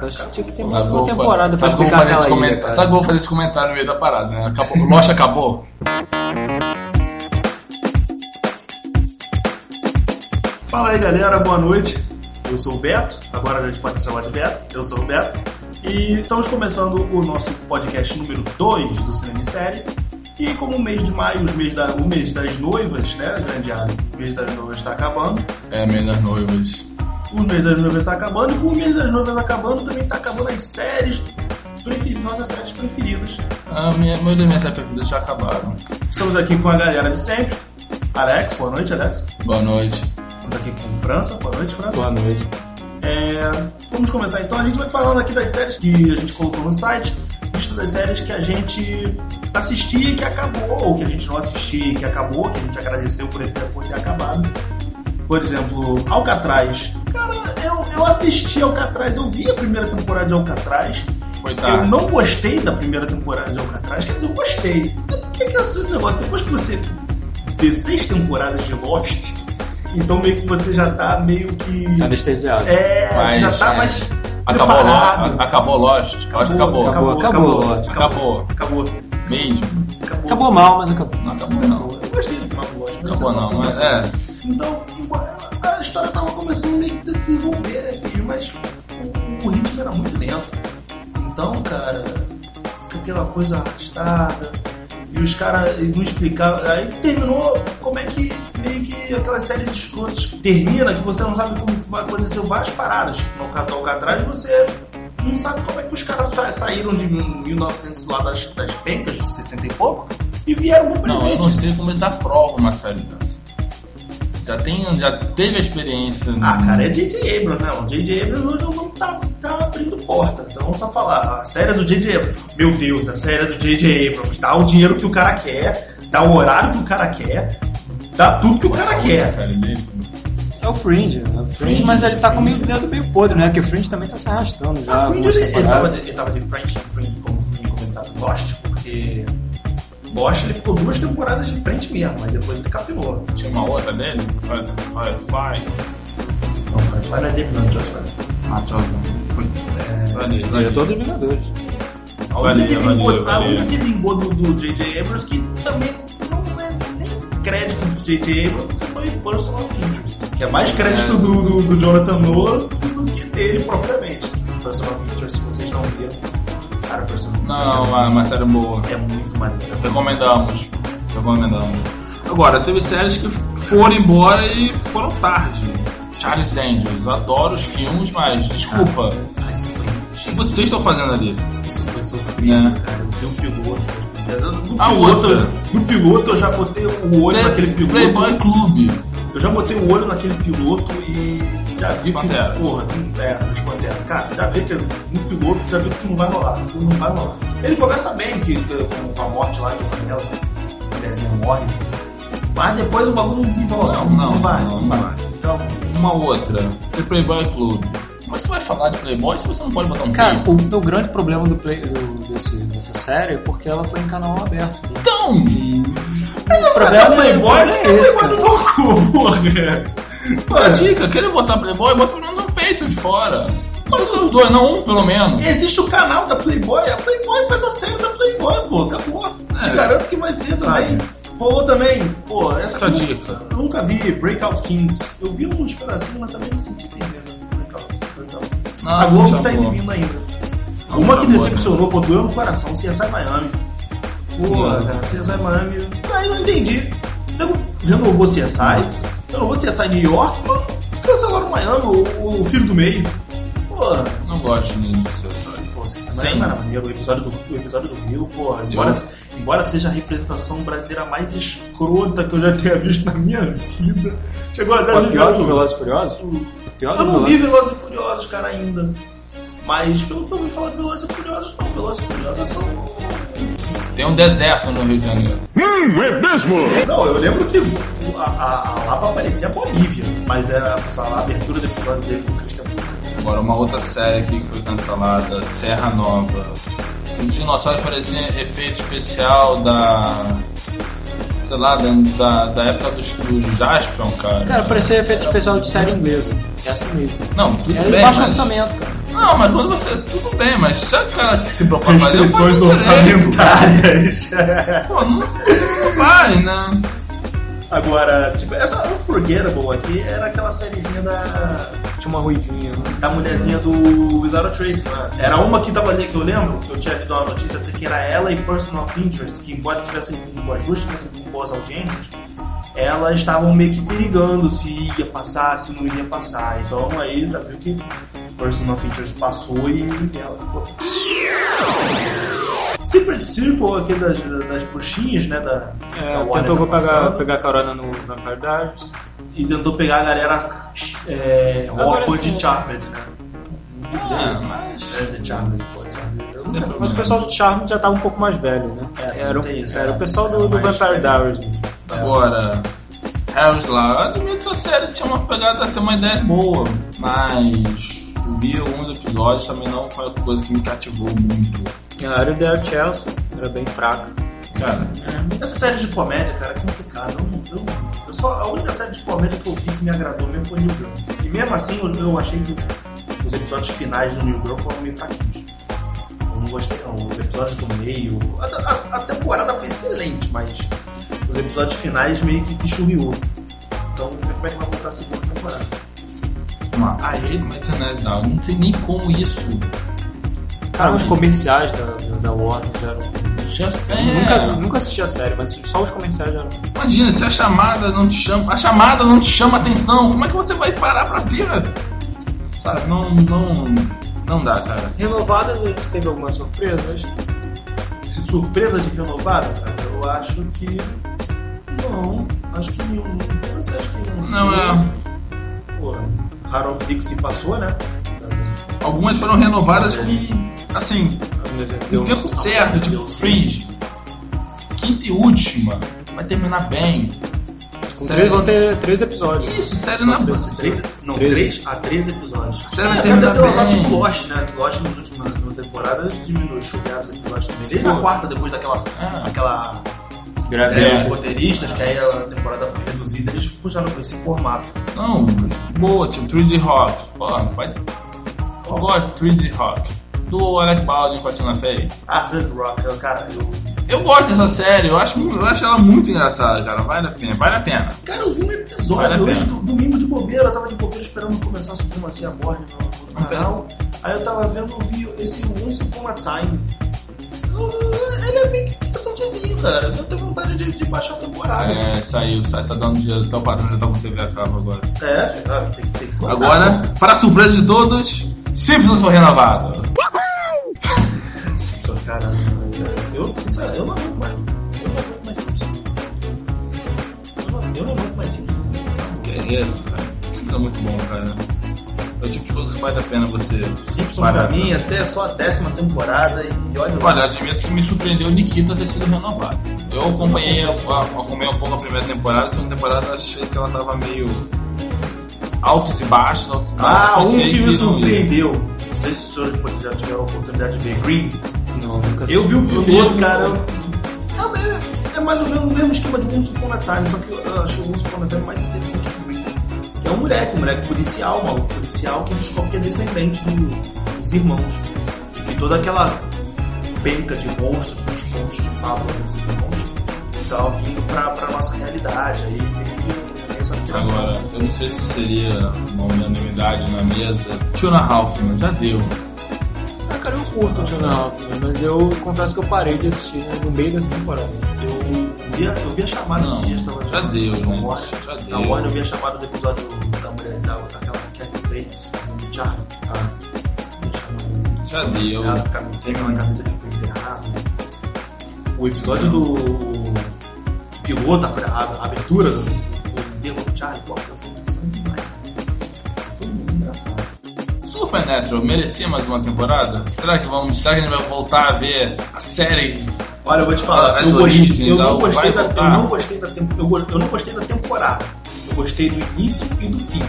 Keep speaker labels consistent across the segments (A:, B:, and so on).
A: Eu acho que tinha que ter mais
B: Sabe
A: uma
B: como
A: temporada
B: fa-
A: pra
B: sabe como
A: explicar
B: fazer esse
A: aquela ilha,
B: comenta-
A: cara.
B: Sabe como eu vou fazer esse comentário no meio da parada, né? Acabou. Lost acabou.
C: Fala aí galera, boa noite. Eu sou o Beto, agora a gente pode se chamar de Beto, eu sou o Beto. E estamos começando o nosso podcast número 2 do Cinema em Série. E como o mês de maio, os mês da- o mês das noivas, né, grande área, o mês das noivas está acabando,
B: É, meninas noivas.
C: o mês das noivas está acabando, e com o mês das noivas acabando, também está acabando as séries, preferidas, nossas séries preferidas.
B: Ah, minha, meu elemento é preferido já acabaram.
C: Estamos aqui com a galera de sempre. Alex, boa noite, Alex.
B: Boa noite.
C: Estamos aqui com França, boa noite, França.
D: Boa noite.
C: É, vamos começar então. A gente vai falando aqui das séries que a gente colocou no site, lista das séries que a gente assistia e que acabou, ou que a gente não assistia e que acabou, que a gente agradeceu por ele ter, por ter acabado. Por exemplo, Alcatraz. Cara, eu, eu assisti Alcatraz, eu vi a primeira temporada de Alcatraz.
B: Foi
C: Eu
B: tarde.
C: não gostei da primeira temporada de Alcatraz, quer dizer, eu gostei. Mas Por que que é esse negócio? Depois que você vê seis temporadas de Lost, então meio que você já tá meio que.
D: Anestesiado.
C: É,
B: Mas,
C: já tá
B: é,
C: mais
B: Acabou, Lo-
C: preparado.
B: a- acabou Lost. Lost acabou.
D: acabou,
B: Acabou.
D: acabou,
C: acabou, acabou, acabou,
B: Mesmo.
C: acabou.
D: Acabou mal, mas acabou.
B: Não acabou não.
C: Eu gostei de filmar com Lost, mas
B: Acabou não, mas é.
C: Então, a história tava começando meio que a desenvolver, né, filho? Mas o, o ritmo era muito lento. Então, cara, fica aquela coisa arrastada. E os caras não explicavam. Aí terminou como é que meio que aquelas séries de escrotas que termina, que você não sabe como que vai acontecer várias paradas. Tipo, no caso do Alcatraz, você não sabe como é que os caras sa- saíram de 1900 lá das, das pencas, de 60 e pouco, e vieram pro
B: Não, eu
C: presente.
B: não sei como eles aprovam uma série dessa. Já, tem, já teve a experiência.
C: Ah, cara, é J.J. Abrams, né? O J.J. Abrams hoje é um nome que tá, tá abrindo porta. Então vamos só falar, a série é do J.J. Abrams. Meu Deus, a série é do J.J. Abrams. Dá o dinheiro que o cara quer, dá o horário que o cara quer, dá tudo que o cara
B: A
C: quer.
B: série dele.
D: É o Fringe. É o Fringe,
C: Fringe,
D: mas ele tá com
C: Fringe.
D: meio dedo meio podre, né? Porque o Fringe também tá se arrastando já.
C: Ah, o Fringe,
D: algumas
C: ele, ele, tava,
D: temporadas.
C: de- ele tava de frente, de frente como, como ele tava em Lost, porque Lost ele ficou duas temporadas de frente mesmo, mas depois ele capilou.
B: Tinha uma outra dele? Firefly.
C: Não, Firefly não é dele, não, Joss Whedon.
B: Ah,
D: O Diretor dos Vingadores.
C: A única, que
B: Valeu,
C: vingou,
B: valeu,
C: a
B: valeu.
C: única que vingou do do J.J. Abrams, que também não é nem crédito do J.J. Abrams, foi Person of Interest, que é mais crédito do, do, do Jonathan Nolan do que dele propriamente. Person of Interest, se vocês não viram, cara, Person of
B: Não,
C: Interest
B: uma, uma série boa.
C: é, é muito maneiro.
B: Recomendamos. Recomendamos. Agora, teve séries que foram embora e foram tarde. Charles Angels. Eu Adoro os filmes, mas desculpa.
C: Ah, isso foi
B: O que vocês estão fazendo ali?
C: Isso foi sofrido,
B: É.
C: cara. Eu vi o piloto. mas eu- Né? No
B: A
C: piloto,
B: outra.
C: no piloto eu já botei o olho naquele piloto.
B: Playboy Clube.
C: Eu já botei o olho naquele piloto e já vi que.
B: Pantera.
C: Porra, não- é, os Pantera. Cara, já vi que no piloto, já vi que não vai rolar. que Não vai rolar. Ele começa bem que, tá com, com a morte lá de Canela, a mulherzinha morre. Mas depois o bagulho não desenvolve.
B: Não, não,
C: vai,
B: não,
C: vai.
B: não.
C: Então,
B: Uma outra. The Playboy Clube. Mas você vai falar de Playboy se você não pode botar um
D: Cara,
B: clipe?
D: o meu grande problema do play, do- desse- dessa série é porque ela foi em canal aberto.
B: Então!
D: O
C: até
D: problema
C: o
D: não é- o
C: Playboy,
D: problema
C: até
D: é
C: o
D: esse, cara.
C: Playboy no banco, porra.
B: A
C: Mano,
B: é dica, querer botar Playboy, bota pelo menos um peito de fora. Não são os dois, não um pelo menos.
C: Existe o canal da Playboy, a Playboy faz a série da Playboy, pô, acabou. Te
B: É.
C: garanto que vai ser também. Rolou também, pô, essa
B: Outra
C: eu nu-
B: dica.
C: eu Nunca vi Breakout Kings. Eu vi uns pedacinhos, mas também não senti entendendo. Breakout, Breakout Kings.
B: Não,
C: A Globo
B: não
C: tá
B: chamou.
C: exibindo ainda.
B: Não
C: Uma que
B: chamou,
C: decepcionou,
B: então.
C: pô, doeu no coração, CSI Miami. Pô, cara, CSI Miami. Aí eu não entendi. Eu renovou CSI, renovou CSI New York, mas cancelaram Miami, o, o filho do meio. Pô,
B: Não gosto nem do seu
C: Pô, você tá
B: Sim.
C: maravilhoso. O episódio do, o episódio do Rio, porra, embora, embora seja a representação brasileira mais escrota que eu já tenha visto na minha vida. Chegou a
D: O pior do
C: dar
D: Velozes e Furiosos? né? O pior do
C: Eu não
D: Velozes-
C: vi Velozes e Furiosos, cara, ainda. Mas pelo que eu ouvi falar de Velozes e Furiosos, não, Velozes e Furiosos é só um-
B: Tem um deserto no Rio de Janeiro.
C: Não, eu lembro que o- a, a, a Lapa parecia a Bolívia, mas era só a abertura do episódio dele com o Christian Bale.
B: Agora, uma outra série aqui que foi cancelada, Terra Nova. Um dinossauro parecia efeito especial da. Sei lá, da, da, da época dos, dos Jaspion, cara.
D: Cara, parecia efeito especial de série inglesa. É assim mesmo.
B: Não, tudo
D: Era
B: bem.
D: baixo
B: mas-
D: orçamento, cara.
B: Não, mas quando você. Tudo bem, mas se o cara que se é propõe a fazer.
C: Restrições
B: faz direito.
C: orçamentárias.
B: Pô, não, não vale, né?
C: Agora, tipo, essa Unforgettable aqui era aquela sériezinha da,
D: Tinha uma ruivinha, né?
C: da mulherzinha do Without a Trace, né? Era uma que tava ali que eu lembro, que eu tinha lido uma notícia até que era ela e Person of Interest, que embora um tivessem com as duas tivessem com boas audiências, elas estavam meio que perigando se ia passar, se não ia passar. Então aí já viu que Person of Interest passou e ela ficou. Secret Circle aqui das, das bruxinhas, né? Da,
D: É,
C: da Warner
D: tentou
C: tá
D: pegar,
C: passando
D: pegar carona no Vampire Diaries.
C: e tentou pegar a galera é, Horford e Charmed, né?
B: Ah, mas.
C: É, de Charmed, pô, Charmed. Eu nunca-
D: Mas o pessoal do Charm já tava um pouco mais velho, né?
C: É,
D: era, o-
C: tem isso,
D: era
C: é.
D: o pessoal do, do
C: Mas-
D: Vampire Diaries. né?
B: Agora, Harris lá, eu admito a série tinha uma pegada, até uma ideia boa, mas vi alguns episódios, também não foi uma coisa que me cativou muito.
D: A área do Chelsea era bem fraca.
B: Cara,
C: Essa série de comédia, cara, é complicada. Eu, eu, eu só, a única série de comédia que eu vi que me agradou mesmo foi New Girl. E mesmo assim, eu, eu achei que os, os episódios finais do New Girl foram meio fraquinhos. Eu não gostei, não. Os episódios do meio. A, a- a temporada foi excelente, mas os episódios finais meio que, que churriou. Então, como é que vai voltar a segunda temporada?
B: uma Arrede Matinés Down, não sei nem como isso.
D: Cara, os comerciais da, da Warner já eram.
B: Just,
D: Eu
B: é,
D: Nunca, nunca assisti a série, mas só os comerciais já eram.
B: Imagina, se a chamada não te chama. A chamada não te chama atenção, como é que você vai parar pra ver? Sabe, não. não. não dá, cara.
D: Renovadas, a gente teve alguma surpresa?
C: Surpresa de renovada, cara? Eu acho que. Não. Acho que nenhum. Eu acho que nenhum.
B: Não, é.
C: Pô, Harold Dixie passou, né?
B: Algumas foram renovadas com. assim, no tempo certo, tipo Fringe. Quinta e última. Vai terminar bem.
D: Com três, vão ter três episódios.
B: Isso, sério é na
C: Nossa, três, não,
D: Treze.
C: três a três episódios.
B: Você vai
C: É,
B: terminar
C: até pelo
B: bem.
C: lado de Lost, né? Que Lost nos últimos na temporada diminuiu, chuvearam os episódios também. Desde a
B: Pô.
C: quarta, depois daquela.
B: Ah.
C: aquela é, os roteiristas, que aí a temporada foi reduzida, eles puxaram com esse formato.
B: É, Não, boa, tipo 3D Rock. Pô, vai. Eu gosto de 3D Rock. Do Alec Baldwin com a Tina Fey.
C: Ah, Third Rock, eu- cara, eu
B: Eu gosto dessa série, eu acho, eu acho ela muito engraçada, cara. Vale a pena, vale a pena.
C: Cara, eu vi um
B: Vale a
C: episódio hoje,
B: pena.
C: do- domingo de bobeira, eu tava de bobeira esperando começar a supremacia Borne no, no
B: Ah,
C: canal. Aí eu tava vendo, eu vi esse Once Upon a Time. Eu- Ele é meio que interessantezinho, cara. Eu tenho vontade de, de baixar a temporada. É,
B: É, saiu, sai, tá dando dinheiro, tá o patrão já tá com TV a cabo agora.
C: ah, tem, que- tem que contar.
B: Agora, para a surpresa de todos, Simpsons foi renovado.
C: Simpsons, cara. Eu, sincero, eu não aguento mais. Eu não aguento mais Simpsons. Eu não- Eu não aguento mais Simpsons.
B: Que é isso, cara? Simpsons é muito bom, cara. É o tipo de coisa que vale a pena você.
C: Simpsons
B: parar.
C: pra mim até só a décima temporada e olha lá.
B: Olha, admito que me surpreendeu o Nikita ter sido renovado. Eu acompanhei, a- a- acompanhei um pouco a primeira temporada, a segunda temporada achei que ela tava meio altos e baixos. Altos e baixos,
C: Ah, um
B: pensei
C: que me
B: não ia.
C: surpreendeu. Não sei se os senhores já tiveram a oportunidade de ver Green.
D: Não, nunca
C: Eu vi o
B: Eu
C: piloto,
B: vi.
C: cara. Não, é, é mais ou menos o mesmo esquema de Once Upon a Time, só que eu achei o Once Upon a Time é mais interessante que o Green. Que é um moleque, um moleque policial, um maluco policial que descobre que é descendente do- dos irmãos. E que toda aquela penca de monstros, dos contos de fábula dos irmãos, estava vindo pra, pra nossa realidade. Aí tem essa atração.
B: Agora, eu não sei se seria uma unanimidade na mesa. Tuna Halfman, já deu.
D: Ah, cara, eu curto o Jonah Hoffman, mas eu confesso que eu parei de assistir né, no meio dessa temporada.
C: Eu vi, a- eu vi a chamada
B: Ah, Não,
C: esses dias, tava
B: já deu,
C: na
B: né?
C: Warner.
B: Já
C: Na
B: deu.
C: Warner eu vi a chamada do episódio da mulher, da, daquela Kathy Bates, fazendo um Charlie. Vi a chamada.
B: Ah. Já deu.
C: Ela com a camisinha, aquela camisa que foi enterrada. O episódio do piloto, a, a- a abertura do, do enterro do Charlie, pô, foi interessante demais. Foi muito engraçado.
B: Supernatural merecia mais uma temporada? Será que vamos, será que a gente vai voltar a ver a série?
C: Olha, eu vou te falar,
B: As
C: eu,
B: origens,
C: gostei, eu, não
B: algo
C: gostei da,
B: vai
C: eu
B: voltar.
C: não gostei da tem- eu, go- eu não gostei da temporada. Eu gostei do início e do fim.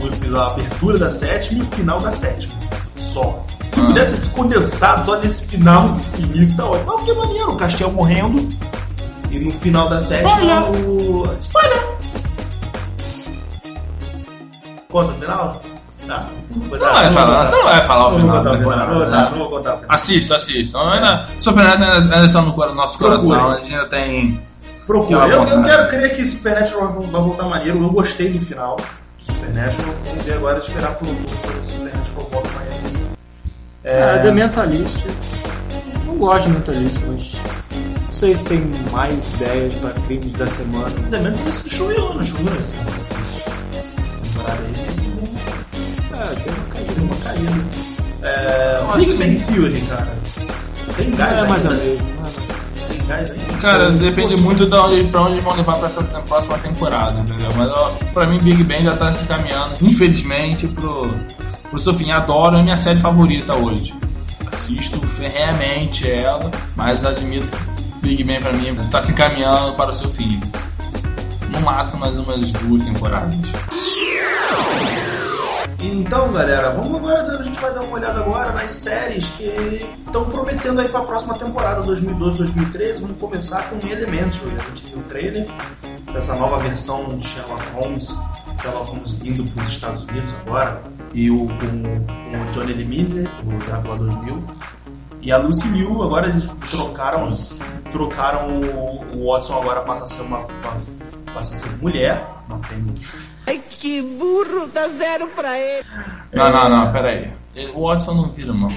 C: O- A abertura da sétima e o final da sétima. Só. Se
B: Ah.
C: pudesse ter condensado só nesse final, nesse início, tá ótimo. Mas o que maneiro, o Castelo morrendo. E no final da sétima,
B: Spoiler.
C: o. Spoiler! Conta o final? Tá.
B: Você não vai falar, você não vai falar o
C: Não vou
B: final.
C: contar o
B: da
C: final. Não vou
B: temporada,
C: contar,
B: né?
C: não vou contar o final.
B: Assista, assista. Ainda, Supernatural ainda, ainda está no cora- nosso coração.
C: Procure.
B: A gente ainda tem.
C: Procura. Eu, eu
B: Aquela
C: quero crer que Supernatural vai, vai voltar maneiro. Eu gostei do final do Supernatural. Vamos ver agora, esperar por um pouco que o Supernatural volta maneiro.
D: Cara, The Mentalist. Ah, Não gosto de Mentalist, mas. Não sei se tem mais ideias pra crimes da semana.
C: Ainda menos isso do show eu, não choveu essa essa temporada aí. né?
D: É, tem uma
C: Deu
D: caída.
C: uma caída. É, o Big Bang Theory, cara. Tem gás
D: É, mais ou
C: ainda. né?
D: menos.
C: Tem gás ainda.
B: Cara, depende muito de onde, pra onde vão levar pra essa tem- próxima temporada, entendeu? Mas ó, pra mim, Big Bang já tá se caminhando, infelizmente, pro, pro seu fim. Adoro, é minha série favorita hoje. Assisto ferreamente ela, mas admito que Big Bang pra mim tá se caminhando para o seu fim. No máximo, mais umas duas temporadas.
C: Então, galera, vamos agora, a gente vai dar uma olhada agora nas séries que estão prometendo aí para a próxima temporada 2012-2013. Vamos começar com Elementary. A gente viu o trailer dessa nova versão de Sherlock Holmes, Sherlock Holmes vindo para os Estados Unidos agora, e o, com, com o Johnny Lee Miller, o Drácula 2000, e a Lucy Liu. Agora eles trocaram, trocaram o, o Watson, agora passa a ser uma, uma- passa a ser mulher, uma fêmea.
A: Ai, que burro, dá zero pra ele.
B: Não, não, não, peraí. Ele- O Watson não vira, mano.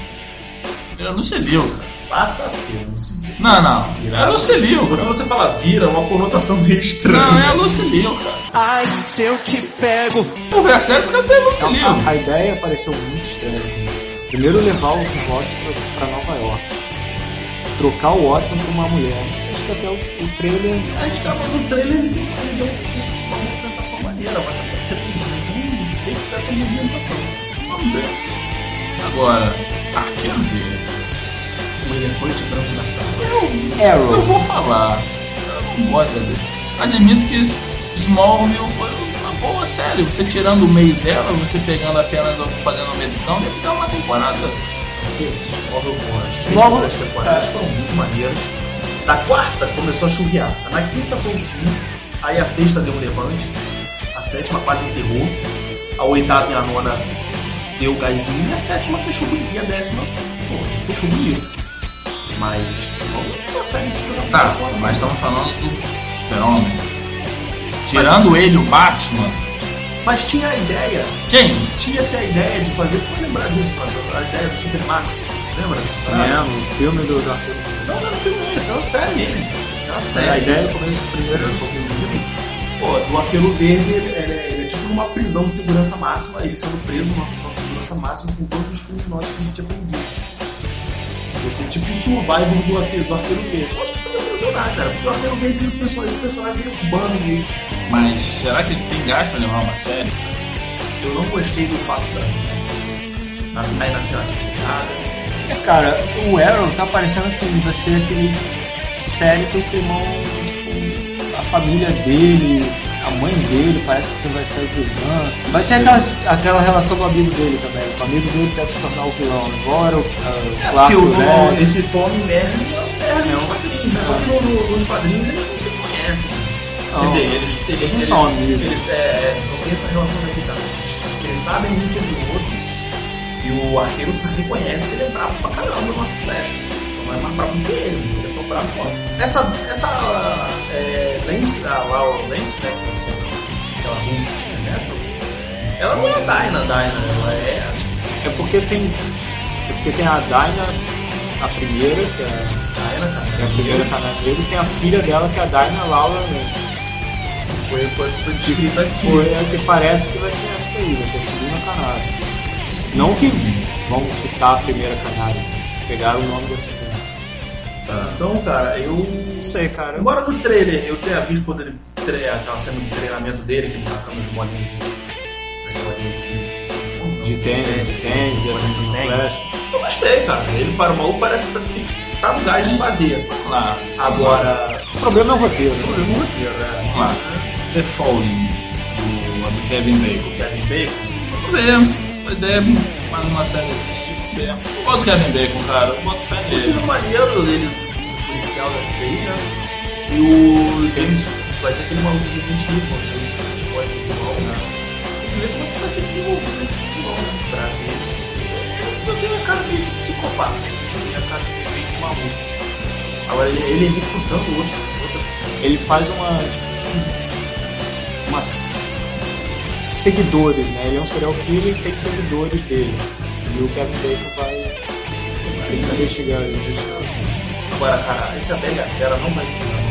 B: Vira Lucilio, cara.
C: Passa a ser Lucy Liu.
B: Não, não. É Lucilio,
C: Quando
B: cara.
C: você fala vira, é uma conotação meio estranha.
B: Não, é a Lucilio, cara.
A: Ai, se eu te pego.
B: Conversa sério porque eu tenho Lucilio.
D: Ah, A, a ideia pareceu muito estranha. gente. Primeiro levar o Watson pra, pra Nova York. Trocar o Watson pra uma mulher. Acho que até o, o trailer.
C: A gente tava no trailer ele deu, ele deu um uma movimentação maneira, mas é um também tem que ter essa movimentação.
B: Vamos ver. Agora, arqueiro dele.
C: O elefante branco da sala.
B: Eu
D: Arrow.
B: vou falar. Eu não gosto desse. Admito que Smallville foi uma boa série. Você tirando o meio dela, você pegando apenas fazendo uma edição, deve dar uma temporada.
C: Smallville Boys.
B: Logo-
C: Logo, as temporadas foram muito maneiras. Na quarta começou a chuvear. Na quinta foi um fim. Aí a sexta deu um levante. A sétima quase enterrou. A oitava e a nona deu gásinho. E a sétima fechou bonito. E a décima, pô, fechou bonito. Mas, ó, a série ficou na
B: Tá, mas estamos falando do Super-Homem. Tirando ele, o Batman.
C: Mas tinha a ideia,
B: Quem?
C: tinha-se a ideia de fazer. Pode lembrar disso, mas a ideia do Supermax, lembra?
D: É, o filme do, do Arthur.
C: Não, não, não filme não, isso é uma série mesmo. Isso é uma série.
D: A ideia é começo primeiro.
C: Eu sou o filme. Pô, o Arqueiro Verde ele, ele é- ele é tipo uma prisão de segurança máxima, ele sendo preso numa prisão de segurança máxima com todos os criminosos que ele tinha aprendido. Você é tipo o survivor do Arqueiro, do Arqueiro Verde. Eu acho que podia funcionar, cara, porque o Arqueiro Verde ele, pessoa- esse personagem ele é urbano mesmo.
B: Mas será que ele tem gás pra levar uma série?
C: Eu não gostei do fato da. da- Aí na cena de picada.
D: É, cara, o Arrow tá parecendo assim, vai ser aquele série que o irmão, tipo, a família dele, a mãe dele, parece que você vai ser o vilão. Vai ter aquela, aquela relação do amigo dele também. O amigo dele deve se tornar o vilão agora, o ah, o
C: É, Porque
D: Clark,
C: o
D: o
C: nome,
D: Nerd.
C: esse Tom Merlin é o Merlin
D: É
C: dos
D: um-
C: quadrinhos, né? Só que no- no- nos quadrinhos eles não se conhecem. Quer
D: Não.
C: dizer, eles, eles,
D: Eles não
C: eles,
D: são amigos.
C: eles, é, não tem essa relação daqueles amigos. Eles sabem um sobre o outro e o arqueiro se reconhece que ele é bravo pra caramba no arco e flecha. Não é mais bravo que ele, ele é tão bravo quanto. Essa, essa é, Lance, a Laura Lance, né? Que você, aquela ruim do Supernatural, ela não é a Dyna, a Dyna, ela é
D: É porque tem. É porque tem a Dinah, a primeira, que é
C: a Dyna, cara.
D: que é a primeira canadeira, e tem a filha dela, que é a Dinah Laura Lance.
C: Foi, foi, foi descrito aqui.
D: Foi a que parece que vai ser essa aí, vai ser a segunda canária. Não que vão citar a primeira canária, pegaram o nome da segunda.
C: Então, cara, eu.
D: Não sei, cara. Eu-
C: Embora no trailer eu tenha visto quando ele tre... aquela cena de treinamento dele, que ele tá tacando de bolinha de. de bolinha
D: De tênis, de tênis, de assim, de flash.
C: Eu gostei, cara. Ele para o maluco parece que tá- que tá no gás de fazer.
B: Vamos lá,
C: Agora.
D: O problema é o roteiro.
C: Eu não roteiro, né?
B: vamos lá. The Falling, do, do Kevin Bacon.
C: O Kevin é Bacon.
B: Vamos ver. Uma ideia, mais uma série assim. Vamos ver. Eu boto Kevin Bacon, cara. Eu boto fé
C: Ele
B: nele.
C: é maneiro, ele o policial da FBI, né? E o James. Vai ter aquele maluco de 20 mil, pô. que ele pode ir mal, né? ver como é que vai ser desenvolvido logo pra ver se. Eu tenho a cara meio de psicopata, eu tenho a cara meio de maluco. Agora ele, ele recrutando outras pessoas.
D: Ele faz uma. tipo, umas seguidores, né? Ele é um serial killer e tem seguidores dele. E o Kevin Bacon vai, vai investigar isso.
C: Agora, cara, esse Abelha Fera não vai entrar.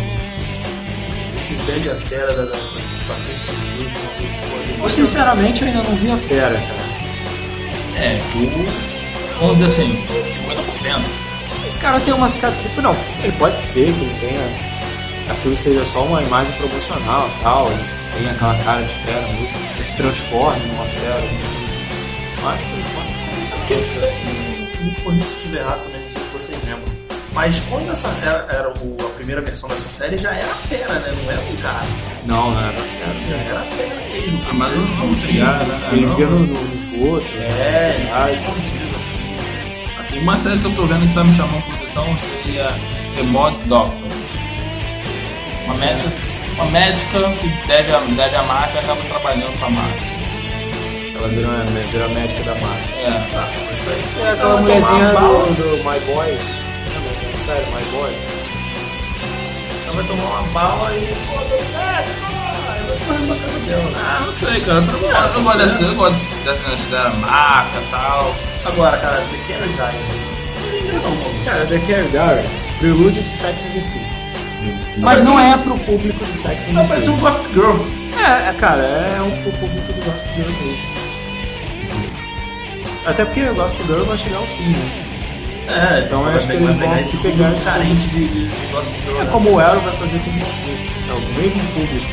C: Esse Abelha Fera da da- da Patrícia Silva, uma
D: Eu
C: coisa que pode-
D: sinceramente ainda não vi a fera, cara.
B: É, tu. Vamos dizer assim, 50%.
D: Cara, tem umas caras. Tipo, não, ele pode ser que ele tenha. Aquilo seja só uma imagem promocional e tal. Ele tem aquela cara de fera mesmo. Ele se transforma numa fera. né? Mas ele pode ser
C: Porque, é, me corrija se eu estiver errado também, não sei se vocês lembram. Mas quando essa era, era o- a primeira versão dessa série, já era fera, né? Não era um cara.
D: Não, não era fera.
C: Já era fera mesmo.
B: né, Ah, mas eles não chegaram, né?
D: Ele
B: Não.
D: vivia no, no esgoto,
C: É,
D: né?
C: ele
D: Ai,
C: escondido, assim.
B: Assim, uma série que eu tô vendo que tá me chamando a atenção seria The Mod Doctor. Uma médica, uma médica que deve, a- deve a máfia e acaba trabalhando com a máfia.
D: Ela virou, a- virou a médica da marca.
B: É.
C: Ah, mas aí se
D: É
C: ela
D: aquela
C: tomar
D: mulherzinha
C: uma bala,
D: do, do My Boys. Não, mas é sério, My Boys.
C: Ela vai tomar uma bala e. Pô, deu merda, pô, eu vou correr pra casa dela. né?
B: Ah, não sei, cara. Eu, eu gosto dessa, eu gosto desse- dessa da marca e tal.
C: Agora, cara, The Carrie Giants. Não, não, não.
D: Cara, The
C: é
D: Care Diaries. Prelúdio de Sex and the City. Mas não é pro público de Sex and
C: Não,
D: the
C: parecia
D: City.
C: um Gossip Girl.
D: É, é, cara, é um pro público do Gospel Girl mesmo. Até porque o Gospel Girl vai chegar ao fim, né?
C: É,
D: então
C: vai
D: eu acho que
C: pegar-
D: eles vão
C: vai pegar esse
D: pegar
C: público
D: esse
C: carente de, de, de Gossip Girl.
D: É
C: né?
D: como o Arrow vai fazer com o Gospel Girl. É o mesmo público.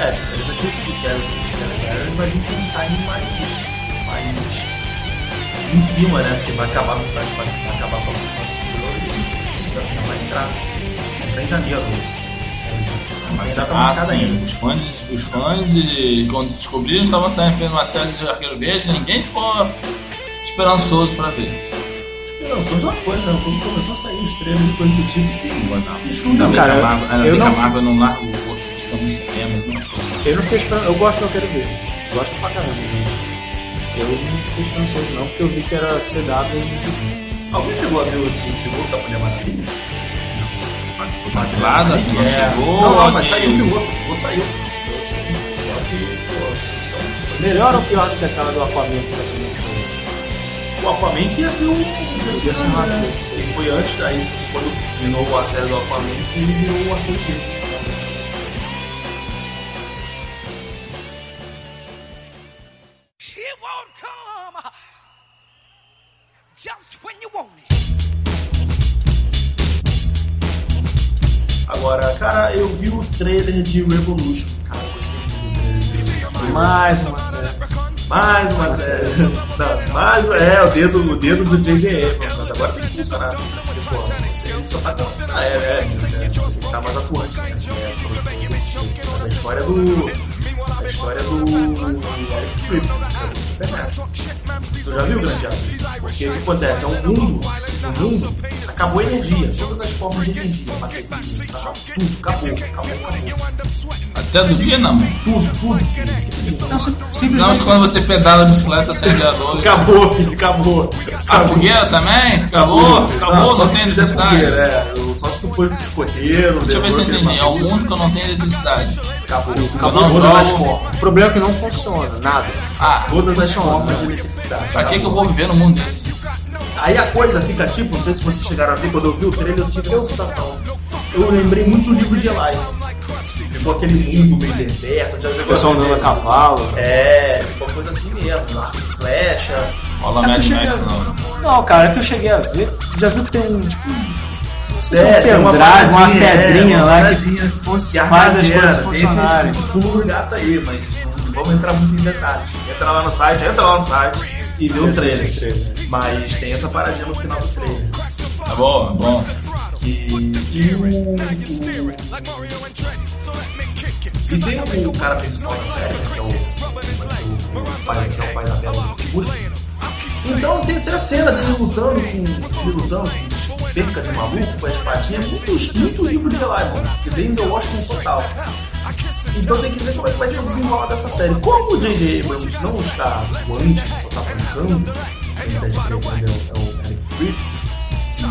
C: É, eles aqui que querem querem vai vir com um time mais, mais em cima, né? Porque vai acabar, vai, vai, vai acabar com o nosso e vai, vai entrar, vai entrar em janeiro. Mas já tá
B: Ah,
C: marcado
B: sim.
C: ainda.
B: Os fãs, os fãs de. Quando descobriram que estavam saindo fazendo uma série de Arqueiro Verde, né? ninguém ficou esperançoso pra ver.
C: Esperançoso é uma coisa, né? Quando começou a sair os trailers e coisa do tipo, que
B: Ainda
C: chuta,
B: bem
D: cara,
B: que a Marvel- ainda
D: eu
B: bem que a
D: não-
B: Marvel não larga o outro, fica no cinema, alguma coisa.
D: Eu não fiquei esperando, eu gosto, eu quero ver. Gosto pra caramba, né? Eu não fiquei esperançoso não, porque eu vi que era CW e
C: Alguém chegou a ver o que piloto da Mulher Maravilha?
B: Foi cancelada, que não
C: É.
B: chegou.
C: Não, não, mas
B: que-
C: saiu o piloto, o piloto saiu. Só que, pô,
D: Melhor ou pior do que aquela do Aquaman que tá aqui no show?
C: O Aquaman que ia ser o Jesse
D: Jesse
B: um
C: Ramos,
D: Ramos.
C: né? Ele foi antes daí, quando terminou a série do Aquaman, que ele virou um o Arthur Kidd.
E: She won't come just when you want it.
C: Agora, cara, eu vi o trailer de Revolution. Cara, eu gostei muito do trailer. de Revolution.
D: Mais uma série.
C: Mais uma série. Não, mais É, o dedo, o dedo do JJ Abrams. Mas agora tem que funcionar. né? Porque, pô, ele só tá contando a era, é, né? Ele tá mais atuante. Né? É, mas a história do. A história do. Eric né? Fripp. do Superman. Tu já viu o grande Porque O que que acontece? É um mundo. O mundo acabou a energia. Todas as formas de energia. Bateria, tal, tudo. Acabou, acabou, acabou.
B: Até do Dínamo?
C: Tudo, tudo. filho.
D: Não, sim-
B: Não, mas
D: simplesmente...
B: quando você pedala a bicicleta, acende a luz.
C: Acabou, filho, acabou.
B: A fogueira também? Acabou? Acabou? Não tem eletricidade?
C: é. Só se tu for escoteiro,
B: Deixa eu ver se eu entendi. É o mundo que eu não tenho eletricidade.
C: Acabou.
B: Acabou
C: Acabou todas as
B: jogo.
C: formas.
D: O problema é que não funciona, nada.
B: Ah,
C: Todas as formas de eletricidade.
B: pra que que eu vou viver num mundo desse?
C: Aí a coisa fica tipo, não sei se vocês chegaram a ver, quando eu vi o trailer eu tive essa sensação. Eu lembrei muito o livro de Eli. Ficou aquele mundo meio deserto, já jogou.
D: O pessoal andando a cavalo.
C: É, ficou uma coisa assim mesmo, arco e flecha.
B: Rola
D: É que eu
B: Mad
D: cheguei
B: Max,
D: a-
B: não.
D: Não, cara, é que eu cheguei a ver, já viu que tem um, tipo... não sei se
C: É, tem
D: um
C: uma
D: pendrive, uma
C: paradinha,
D: pedrinha
C: é, uma
D: lá
C: paradinha.
D: que faz
C: E a
D: as coisas
C: rapaziada,
D: funcionarem.
C: Esse é o pulo do gato aí, mas não vamos entrar muito em detalhes. Entra lá no site, entra lá no site e vê o trailer. Mas tem essa paradinha no final do trailer.
B: Tá bom, tá bom.
C: Que... E, o... e tem o cara principal da série, né, que é o, o pai, que é o pai da Bela que busca. Então tem até a cena dele lutando com. Ele lutando com perca de maluco, com a espadinha, muito, muito livro de Eli, mano. E Denzel Washington total. Então tem que ver como é que vai ser o desenrolar dessa série. Como o J.J. Abrams não está atuante, só está brincando, ele deve ter é o é o Eric Fripp,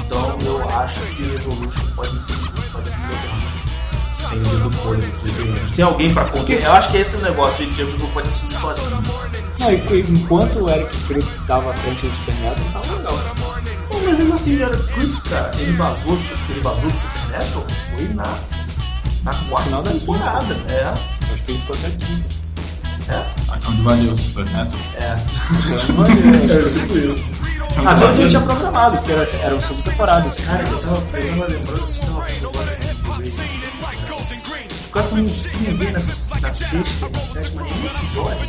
C: então eu acho que Evolution pode fazer um sem o dedo podre do J.J. Abrams. Tem alguém pra conter? Eu acho que é esse o negócio, J.J. Abrams não pode assumir sozinho.
D: Não, e- e enquanto o Eric Fripp tava à frente do Supernatural, tava legal.
C: Bom, mas mesmo assim, o Eric Fripp, cara, ele vazou, do Super- ele vazou do Supernatural, foi na, na quarta
D: Final da
C: temporada, é,
D: Acho que ele ficou até aqui.
C: é.
B: Onde valeu o Supernatural.
C: É.
D: maneiro.
C: tipo isso.
D: Até onde ele então tinha programado, porque era, um eram cinco temporadas.
C: Cara, eu tava, eu tava lembrando se tava falando. Cara, tu não tu não vê nessa, na sexta, na sétima, nenhum episódio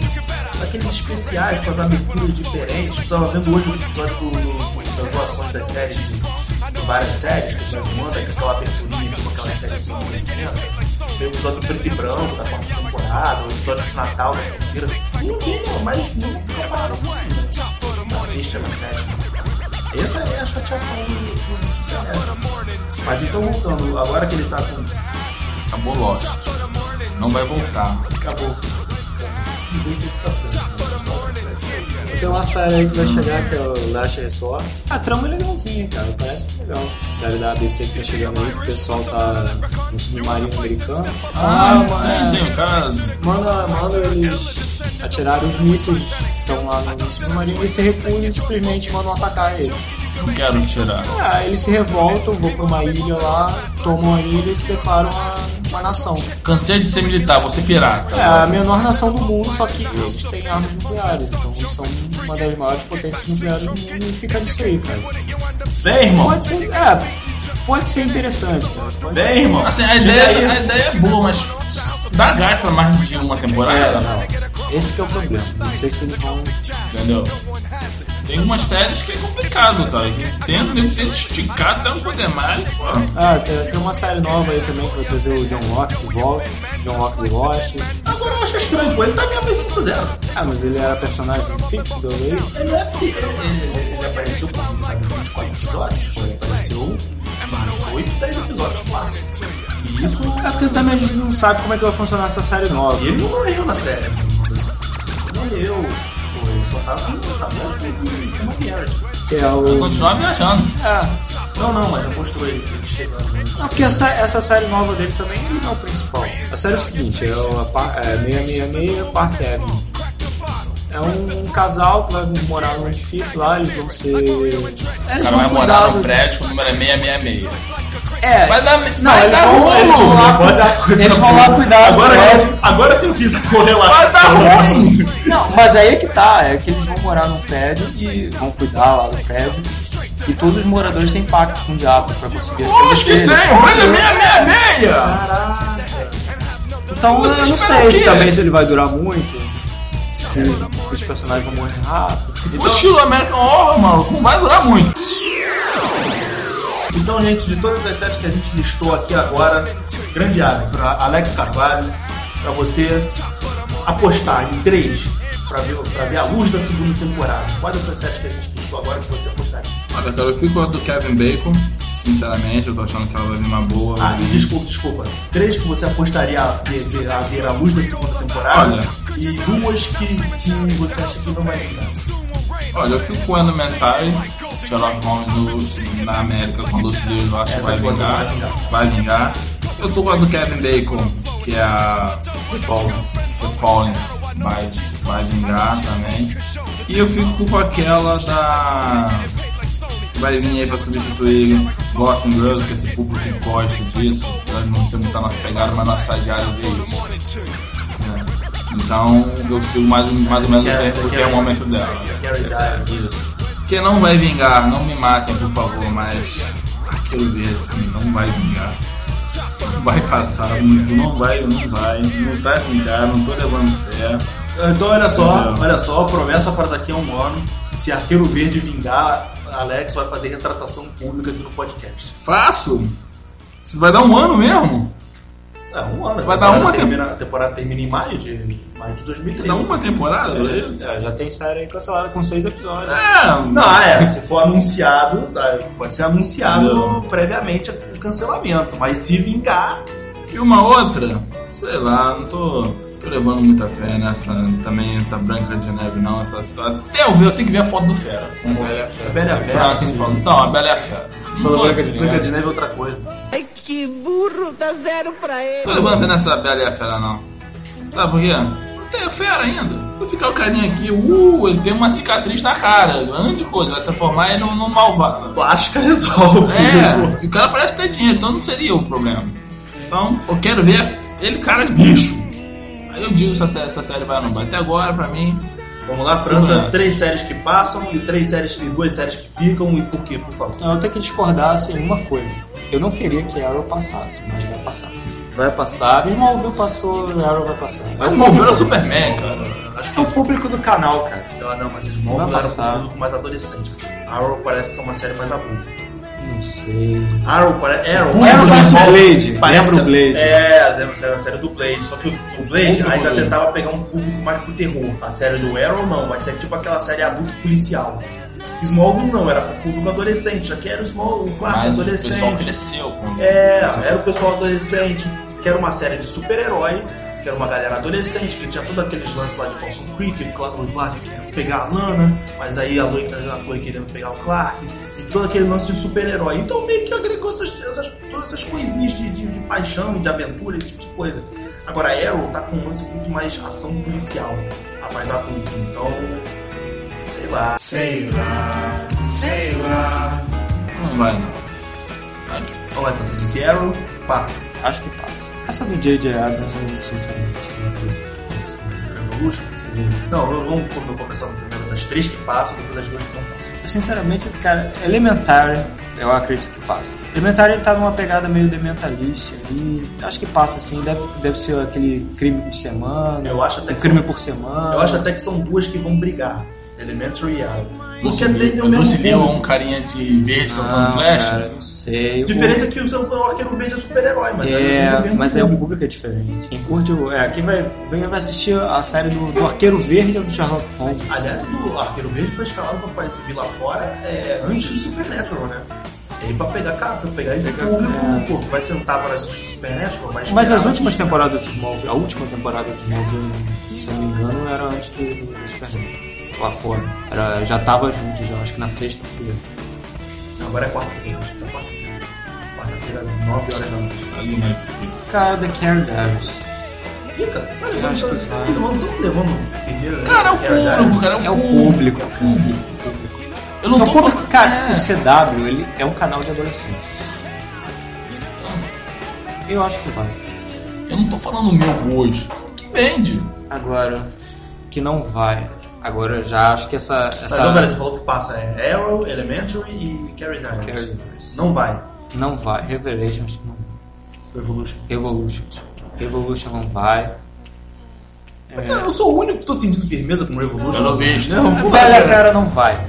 C: daqueles especiais com as aberturas diferentes. Eu tava vendo hoje um episódio do, do- das doações das séries, de, de várias séries que a gente manda, que aquela aberturinha, tipo aquela série dos anos 80. Tem o episódio do preto e branco da quarta temporada, o episódio de Natal da terceira. Ninguém, não, mas nunca pararam assim. né? Na sexta, na sétima. Essa é a chateação do, do, do Supernatural. Mas então voltando, agora que ele tá com.
B: Acabou Lost. Não vai voltar.
C: Acabou. Ninguém tem que ficar preso, né?
D: Tem uma série aí que vai chegar, que é o Last Resort. A trama é legalzinha, cara. Parece legal. série da ABC que tá chegando aí, que o pessoal tá no submarino americano. Ah,
B: Ah,
D: é.
B: sim, sim, o cara.
D: Manda, manda eles atirarem os mísseis que estão lá no submarino e se recuam e simplesmente mandam atacar ele.
B: Não quero tirar.
D: Ah, eles se revoltam, vão pra uma ilha lá, tomam a ilha e se declaram uma, uma nação.
B: Cansei de ser militar, vou ser pirata.
D: É a menor nação do mundo, só que eles têm armas nucleares, então são uma das maiores potências nucleares do mundo e fica nisso aí, cara.
C: Vem, irmão!
D: Pode ser, é, pode ser interessante, cara. Pode-
C: Vem, irmão!
B: Assim, a
C: Chega aí.
B: ideia, a ideia é boa, mas dá gás pra mais de uma
D: É,
B: temporada,
D: não. Esse que é o problema. Não sei se eles vão.
B: entendeu? Tem umas séries que é complicado, cara. que Tendo nem que esticar até não um poder mais, pô.
D: Ah, tem, tem uma série nova aí também que vai trazer o John Locke de volta, John Locke de Lost.
C: Agora eu acho estranho, pô. Ele tá meio abecido zero.
D: Ah, mas ele era personagem fixo do meio.
C: Ele não é fi... ele, ele, ele, ele apareceu com tá, com 24 episódios, pô. Ele apareceu com 8, 10 episódios fácil. E isso.
D: É porque também a gente não sabe como é que vai funcionar essa série nova.
C: E ele não morreu na série. Não morreu. Pô, ele só tava tá morto com uma Garrett.
D: Que é
B: Vai
D: o.
B: continuar viajando.
D: É.
C: Não, não, mas eu mostrou ele, ele chegando. né?
D: Ah, porque essa, essa série nova dele também ele não é o principal. A série é o seguinte, é o Apa- é 666 Park Avenue. É um casal que vai morar num edifício lá, eles vão ser.
B: O
D: Eles
B: cara
D: vão
B: vai morar
D: cuidar
B: num
D: do-
B: prédio com o número é 666.
D: É,
B: Vai dar,
D: Não,
B: vai
D: eles
B: dar
D: vão- eles vão
B: ruim!
D: lá
C: Pode
D: cuidar-
C: ser coisa
D: Eles vão lá
C: boa.
D: cuidar do
C: Agora,
D: prédio.
C: que- agora que eu fiz a correlação.
B: Vai dar ruim!
D: Não, mas aí é que tá, é que eles vão morar num prédio e vão cuidar lá do prédio. E todos os moradores têm pacto com o diabo pra conseguir as coisas
B: Lógico que assim, tem!
D: deles.
B: O prédio é 666!
D: Então
B: Você
D: eu não
B: espera
D: sei
B: o quê?
D: se também se ele vai durar muito, se os personagens vão morrer rápido.
B: O estilo American Horror, mano, não vai durar muito.
C: Então, gente, de todas as séries que a gente listou aqui agora, grande área para Alex Carvalho, para você apostar em três, para ver, pra ver a luz da segunda temporada. Quais dessas séries que a gente listou agora que você apostaria?
B: Olha, cara, eu fico com a do Kevin Bacon. Sinceramente, eu tô achando que ela vai vir uma boa.
C: Ah, e desculpa, desculpa. Três que você apostaria a ver, ver- a, ver a luz da segunda temporada
B: Olha.
C: e duas que, que você acha que não vai ficar.
B: Olha, eu fico com o Elementary, Sherlock Holmes do, na América com 12 dias, eu acho que
C: Essa
B: vai
C: que você
B: vingar.
C: vai vingar.
B: Vai vingar. Eu tô com a do Kevin Bacon, que é a. The Fallen. Vai, vai vingar também. E eu fico com aquela da. que Vai vir aí pra substituir Gotham Girls, que esse público que gosta disso. Apesar de não ser muito a nossa pegada, mas nossa estagiária vê isso. né? Então eu sigo mais, ou- mais ou menos o que- o que é o momento dela.
C: Carrie Dyer, isso.
B: Que não vai vingar, não me matem, por favor, mas aquilo dele não vai vingar. Não vai passar muito, não vai, não vai. Não tá vingar, não tô levando fé.
C: Então, olha só,
B: Entendeu?
C: olha só, promessa para daqui a um ano: se Arqueiro Verde vingar, Alex vai fazer retratação pública aqui no podcast.
B: Faço! Isso vai dar um ano mesmo?
C: É, um ano.
B: Vai
C: a
B: dar
C: temporada
B: uma
C: termina, A temporada termina em maio de, maio de 2013.
B: Dá uma temporada, é isso?
D: É, já tem série aí cancelada com seis episódios.
B: É,
C: Não, é, se for anunciado, tá, pode ser anunciado
B: Não.
C: previamente o cancelamento, mas se vingar,
B: E uma outra, sei lá, não tô, tô levando muita fé nessa também, essa Branca de Neve, não. Essa, até eu ver, eu tenho que ver a foto do Fera. Né?
C: A Bela e a Fera,
B: Fraca,
C: sim.
B: então, Então, a Bela e a Fera.
C: Falando
B: Tô-
C: É. Branca de, Branca de Neve é outra coisa.
A: Ai, que burro, dá zero pra ele.
B: Tô levando fé nessa Bela e a Fera, não. Sabe por quê? Não tem a Fera ainda. Tu ficar o carinha aqui, uh, ele tem uma cicatriz na cara, grande coisa, vai transformar ele num, num malvado.
C: Plástica resolve.
B: É, e o cara parece ter dinheiro, então não seria o problema. Então, eu quero ver ele cara de bicho. Aí eu digo se essa, essa série vai ou não vai. Até agora, pra mim,
C: Vamos lá, França,
B: Sim.
C: três séries que passam e três séries e duas séries que ficam. E por quê? Por favor.
D: Não, Eu tenho que discordar assim, em uma coisa. Eu não queria que Arrow passasse, mas vai passar. Vai passar. E Smallville passou, Arrow vai passar.
B: vai mover o Superman, cara.
C: Acho
D: É o público do canal, cara.
C: Ah, não, mas
D: Vai
C: Smallville era
D: passar.
C: um público mais adolescente. Arrow parece que é uma série mais adulta.
D: Não sei.
C: Arrow, para... Arrow,
D: Lembra o
C: parece que é uma-
D: Blade?
C: Parece
D: Lembra o
C: que-
D: Blade?
C: É, lembra a série do Blade. Só que o, o Blade
B: Lembra o
C: ainda
B: Blade.
C: tentava pegar um público mais pro terror. A série do Arrow não, vai ser tipo aquela série adulto policial. Smallville não, era pro público adolescente. Já que era o Small, o Clark
B: Mas o pessoal
C: adolescente.
B: cresceu com
C: É, era o pessoal adolescente, que era uma série de super-herói, que era uma galera adolescente, que tinha todos aqueles lances lá de Dawson Creek, o Clark, o Clark querendo pegar a Lana, mas aí a Lois, a Chloe querendo pegar o Clark, e todo aquele lance de super-herói. Então meio que agregou essas, essas- todas essas coisinhas de, de, de paixão, e de aventura, esse tipo de coisa. Agora, Arrow tá com um lance muito mais ação policial, a mais adulto, então... Sei lá.
B: Não vai, não.
C: Vamos lá, então, você disse Arrow, passa.
D: Acho que passa. Essa do J.J. Abrams, eu sinceramente não acredito.
C: Revolution. Não, eu vou, como eu começar primeiro das três que passam, depois das duas que não passam.
D: Sinceramente, cara, Elementary, eu acredito que passa. Elementary ele tá numa pegada meio dementalista ali. Acho que passa assim, deve, deve ser aquele crime de semana.
C: Eu acho até
D: um
C: que
D: crime
C: são,
D: por semana.
C: eu acho até que são duas que vão brigar. Elementary e Arrow. Porque
B: Bruce Lee-
C: atendem o
B: Bruce
C: mesmo
B: Lee é
C: público.
B: um carinha de verde soltando
D: não,
B: flecha.
D: Ah, Cara, não sei.
C: A diferença é que o seu o arqueiro verde é super-herói, mas atendem o
D: É,
C: mesmo
D: mas é
C: público.
D: o público é diferente. Quem curte o. É, quem vai, quem vai assistir a série do, do Arqueiro Verde ou do Sherlock Holmes.
C: Aliás, o Arqueiro Verde foi escalado pra aparecer Vila Fora é, antes do Supernatural, né? Ele pra pegar, cara, pra pegar esse
D: Pegar-
C: público,
D: é.
C: pô, que vai sentar para assistir Supernatural, é vai
D: Mas
C: esperar.
D: as últimas temporadas do Smallville, a última temporada do Smallville, se eu não me engano, era antes do, do Superman. Lá fora. Era, já tava junto, já, acho que na sexta-feira.
C: Agora é quarta-feira, acho que é quarta-feira. Quarta-feira, nove horas da noite.
B: Ali, né?
D: Cara, da Karen Davis.
C: Fica,
D: Eu acho que vai.
B: Cara, é o público, cara.
D: É o público, cara.
B: Eu Hum. não
D: É
B: tô
D: o público,
B: falando-
D: cara,
B: É.
D: o CW, ele é um canal de adolescente. Eu acho que vai.
B: Eu não tô falando o meu gosto. Que vende.
D: Agora, que não vai. Agora, eu já acho que essa.
C: Mas
D: essa
C: não, peraí, tu falou que passa é Arrow, Elementary e Carrie
D: Carrie
C: Diaries.
D: Diaries.
C: Não vai.
D: Não vai. Revelations não vai.
C: Revolution.
D: Evolution. Evolution não vai. É.
C: Mas, cara, eu sou o único que tô sentindo firmeza com Revolution.
B: Pelo visto.
C: Não, porra,
D: Bela e a
C: cara.
D: Fera não vai. cara.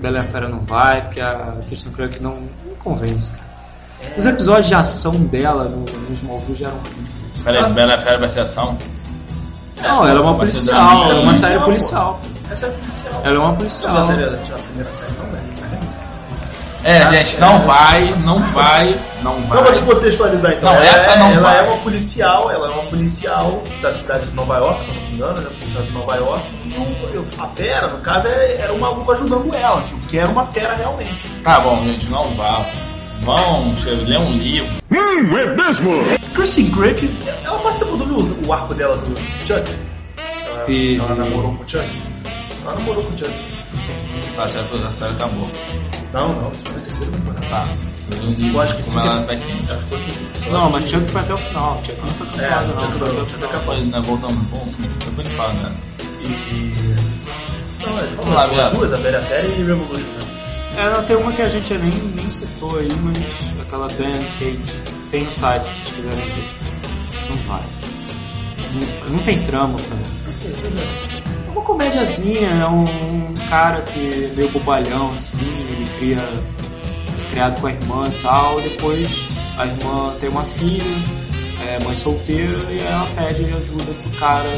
D: Bela e a Fera não vai, porque a Christian Clark não, não convence, cara.
C: É.
D: Os episódios de ação dela no, no Smallville já eram.
B: Peraí, Bela Fera vai ser ação.
D: Não, ela é uma
B: vai ser
D: policial,
B: drama.
D: ela é uma série
C: Policial,
D: policial.
C: Essa é policial.
D: Ela é uma
C: Não, a,
D: policial.
C: série, a primeira série não é.
B: É, gente, não vai, não vai, não
C: Não, vou te
B: vai.
C: contextualizar então.
B: Não,
C: Ela
B: essa
C: é-
B: não
C: Ela
B: vai.
C: é uma policial, ela é uma policial da cidade de Nova York, se eu não me engano, né? Policial de Nova York. E o- eu- a fera, no caso, é- era um maluco ajudando ela, tipo, que- que era uma fera realmente.
B: Tá bom, gente, não vá. Vão, chega, lê um livro.
C: Kristen Crick, ela participou do o, o arco dela do Chuck. Ela,
D: Sim.
C: ela namorou com o Chuck? Ela namorou com o Chuck.
B: Tá, a série, a série acabou.
C: Não, não, isso foi na terceira temporada.
B: Tá. Lê um livro,
C: Eu acho que
B: como
C: sim,
B: ela
C: que-
B: tá aqui.
C: Ela ficou assim. só-
D: Não, mas Chuck foi até o final. Chuck não foi
C: É,
D: cancelado, não.
C: Chuck
D: Foi até o
C: Chuck
D: final.
C: acabou.
B: Depois, né, voltamos. Bom, depois de falar, né?
C: E. Não, é, vamos
B: lá,
C: lá,
B: Vera.
C: as duas, a Vera Fera e Revolution. né?
D: É, não, tem uma que a gente nem, nem citou aí, mas aquela Dan Kate tem no site, se vocês quiserem ver. Não vai. Não, não tem trama, cara. É uma comédiazinha, é um, um cara que é meio bobalhão, assim, ele cria é criado com a irmã e tal, depois a irmã tem uma filha, é mãe solteira, e ela pede ajuda pro cara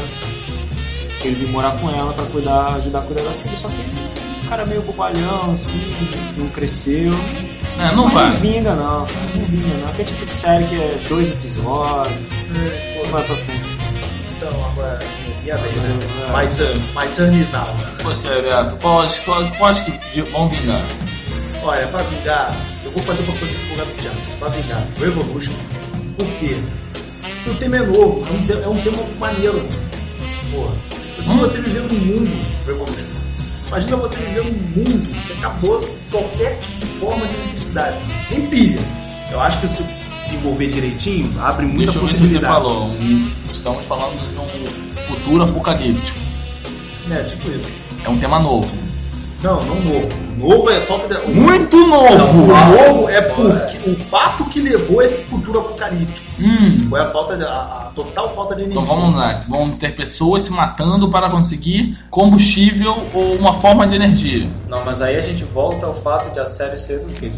D: que ele vir morar com ela pra cuidar, ajudar a cuidar da filha, só que o Um cara meio bobalhão, assim, não cresceu.
B: É, não
D: Mas
B: vai.
D: Não vinga, não. Não vinga, não. Aquele tipo de série que é dois episódios, não vai pra frente.
C: Então, agora, minha vez, né? My turn, my turn is now. né?
B: Você, Beto, qual, qual, qual acho que vão vingar?
C: Olha, pra vingar, eu vou fazer uma coisa que o Gato já. Pra vingar, Revolution. Por quê? Porque o tema é novo, é um, te- é um tema maneiro. Porra. Eu sou
B: Hum.
C: você vivendo num mundo, Revolution. Imagina você vivendo num mundo que acabou qualquer tipo de forma de eletricidade. Nem pilha. Eu acho que se se envolver direitinho, abre muita
B: Deixa eu ver se você
C: possibilidade.
B: falou. Um- Estamos falando de um futuro apocalíptico.
C: É, tipo isso.
B: É um tema novo.
C: Não, não novo. Novo é falta de.
B: Muito novo!
C: Não, o novo é porque o fato que levou a esse futuro apocalíptico.
B: Hum,
C: Foi a falta, de- a, a total falta de energia.
B: então vamos lá. Vão ter pessoas se matando para conseguir combustível ou uma forma de energia.
D: Não, mas aí a gente volta ao fato de a série ser do quê?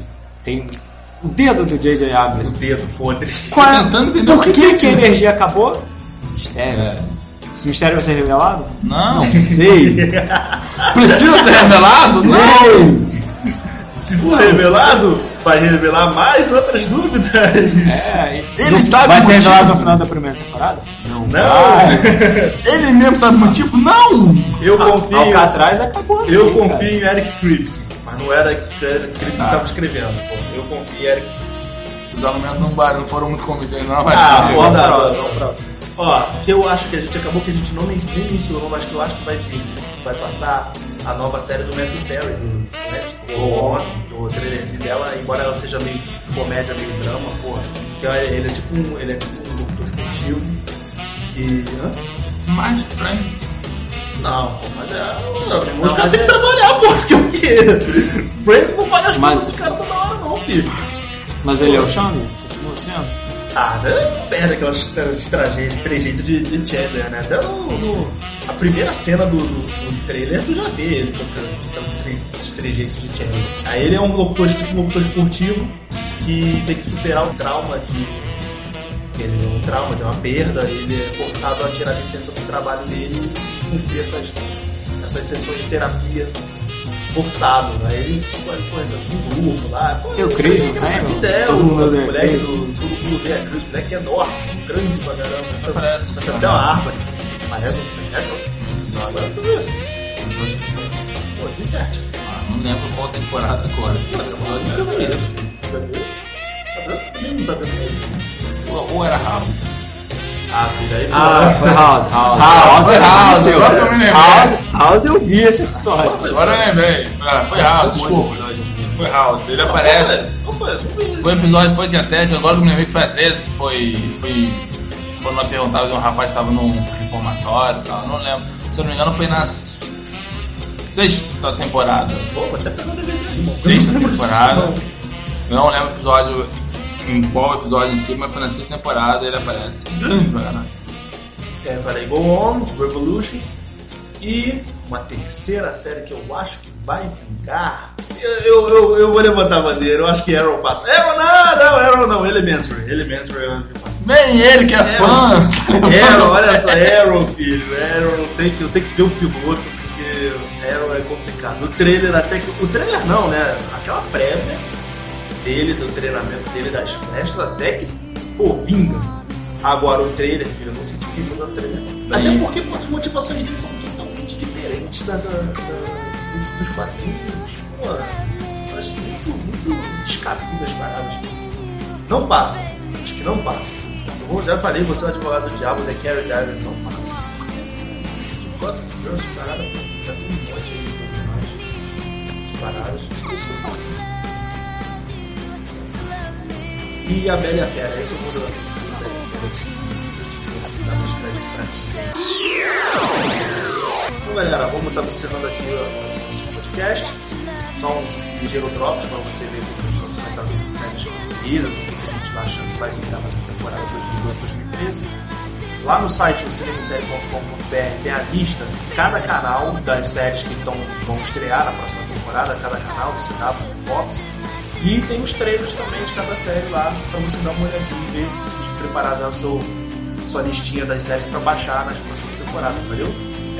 D: Tem o dedo do J.J.
C: O
D: Abrams.
C: dedo podre.
D: Qual é-
B: tá tentando entender o
D: Por
B: que
D: que,
B: que
D: que a
B: é.
D: energia acabou? Mistério.
B: É.
D: Esse mistério vai ser revelado?
B: Não.
D: Sei.
B: Precisa ser revelado? Não!
D: Sei.
C: Se for revelado, vai revelar mais outras dúvidas.
D: É, e-
B: Ele sabe
D: Vai
B: o
D: ser
B: motivo.
D: revelado no final da primeira temporada? Não.
C: Não,
D: Ah.
B: Ele mesmo sabe o motivo? Não!
C: eu
D: Confio.
C: confio.
D: Alcatraz acabou assim,
C: eu
D: cara. Ah.
C: confio em Eric Creep. Mas não era Eric Creep que tava escrevendo. pô. Eu confio em Eric
B: Os argumentos não, ba- não foram muito convincentes, não, mas. é. Tá.
C: Ah,
B: chega.
C: pô, dá, dá,
D: prova,
C: dá. Ó, que eu acho que a gente acabou que a gente não men- nem mencionou, mas que eu acho que vai vir. né? Vai passar a nova série do Matthew Perry, do, né? Tipo, Go On, do trailerzinho dela, embora ela seja meio comédia, meio drama, porra. Que ela- ele é tipo um. Ele é tipo um doutor esportivo. E. hã?
B: Mais Friends.
C: Não, pô, mas é. Os
D: mas
C: caras têm
D: é-
C: que trabalhar, pô, porque o quê? Friends não faz as
D: Mas-
C: coisas de cara toda hora, não, filho.
D: Mas ele é o Xande? Continua sendo?
C: Ah, né? não perde aquelas tra- tragédias, trejeito de, de Chandler, né? Até no, no- a primeira cena do, do, do trailer tu já vê ele tocando, tocando tre, os trejeitos de Chandler. Aí ele é um locutor, tipo um locutor esportivo que tem que superar o trauma de. que Ele é um trauma, de uma perda, ele é forçado a tirar a licença do trabalho dele e cumprir essas, essas sessões de terapia forçado. Aí ele tipo, se conhece um grupo lá. Pô,
D: Eu creio,
C: é engraçadinho,
D: né?
C: né?
D: Todo
C: O
D: mundo odeia
C: moleque
D: Cruz.
C: do todo mundo odeia Cruz, o moleque é enorme, grande pra caramba.
B: Parece.
C: Parece até uma árvore. Parece um parece
B: Não,
C: Agora tudo isso. Pô, de certo.
B: Ah, não lembro qual temporada agora.
C: Tá vendo isso? Tá vendo? Também não tá vendo ele.
B: Ou, ou era House?
C: Ah, filho, aí
D: Ah, foi House. House.
B: House,
D: House,
B: House,
D: House, eu-
B: agora que eu me lembrei.
D: House, House eu vi esse episódio.
B: Agora eu lembrei. Ah, foi House, desculpa. Foi House. Ele aparece.
C: Não foi, não foi.
B: Foi um episódio, foi dia 10, agora que eu me lembrei que foi a 13, que foi. foi foram lá perguntar, um rapaz estava num reformatório e tal, não lembro. Se eu não me engano, foi na sexta temporada.
C: Pô, vou até pegar o DVD aí.
B: Sexta temporada. Eu não lembro o episódio, em qual episódio em si, mas foi na sexta temporada ele aparece. Grande pra caralho.
C: É, falei Go On, Revolution e uma terceira série que eu acho que vai vingar. Eu, eu, eu, eu vou levantar a bandeira, eu acho que Arrow passa. Arrow não, não, Arrow não, Elementary. Elementary eu acho que passa.
B: Bem ele que é fã!
C: Arrow, olha só, Arrow, filho. Arrow, tem que, eu tenho que ver o piloto, porque Arrow é complicado. O trailer até que. O trailer não, né? Aquela prévia dele, do treinamento dele, das festas, até que. Pô, vinga. Agora o trailer, filho, eu não senti vinga no trailer. Até
B: Bem.
C: é porque pô, as motivações dele são totalmente diferentes da, da- da- dos quadrinhos. Pô, eu acho muito, muito descabido as paradas. Não passa. Acho que não passa. Eu vou- já falei, você é o advogado do diabo, The Carrie Diver não passa. Gossip Girls, parada, já tem um monte aí de mais de paradas. E a Bela e a Fera, esse é o mundo da Dá mais crédito pra mim. Então, galera, vamos estar encerrando aqui o nosso podcast. Só um ligeiro drops pra você ver o que os mais das nossas séries preferidas, o que a gente tá achando que vai vingar na temporada 2012, 2013. Lá no site do cinemissérie.com.br tem a lista de cada canal das séries que estão, vão estrear na próxima temporada, cada canal do CW, do Fox. E tem os trailers também de cada série lá pra você dar uma olhadinha e ver, preparar já a sua, sua listinha das séries pra baixar nas próximas temporadas, valeu?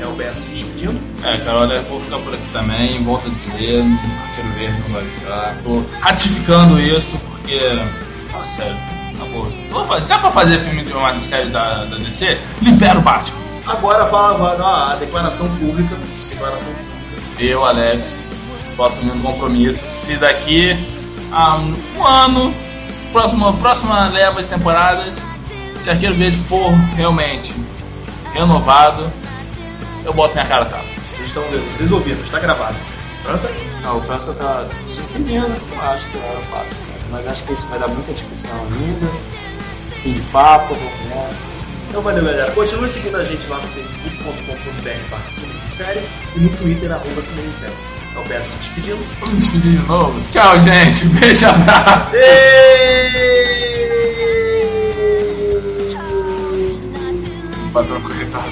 C: é o Beto se despedindo.
B: É, cara, olha, vou ficar por aqui também, volto a dizer, tiro verde não vai ficar. Tô ratificando isso, porque. Fala sério, acabou. Se, eu fazer, se é pra fazer filme de uma série da, da DC, libera o Batman.
C: Agora fala, fala, ó, a declaração pública. Declaração pública.
B: Eu, Alex, tô assumindo compromisso. Se daqui a um, um ano, próxima, próxima leva de temporadas, se Arqueiro Verde for realmente renovado, eu boto minha cara, tá?
C: Vocês estão vendo, vocês ouviram, está gravado. França aí.
D: Não, o França tá desempenhando, eu acho que era fácil. Cara. Mas acho que isso vai dar muita discussão ainda. Fim de papo, conversa.
C: Então valeu, galera. Continue seguindo a gente lá no facebook.com.br barra Cinema de Série e no twitter arroba Cinema de Série. É o Beto se despedindo.
B: Vamos me despedir de novo. Tchau, gente. Beijo, abraço.
C: E...
B: O patrão ficou irritado.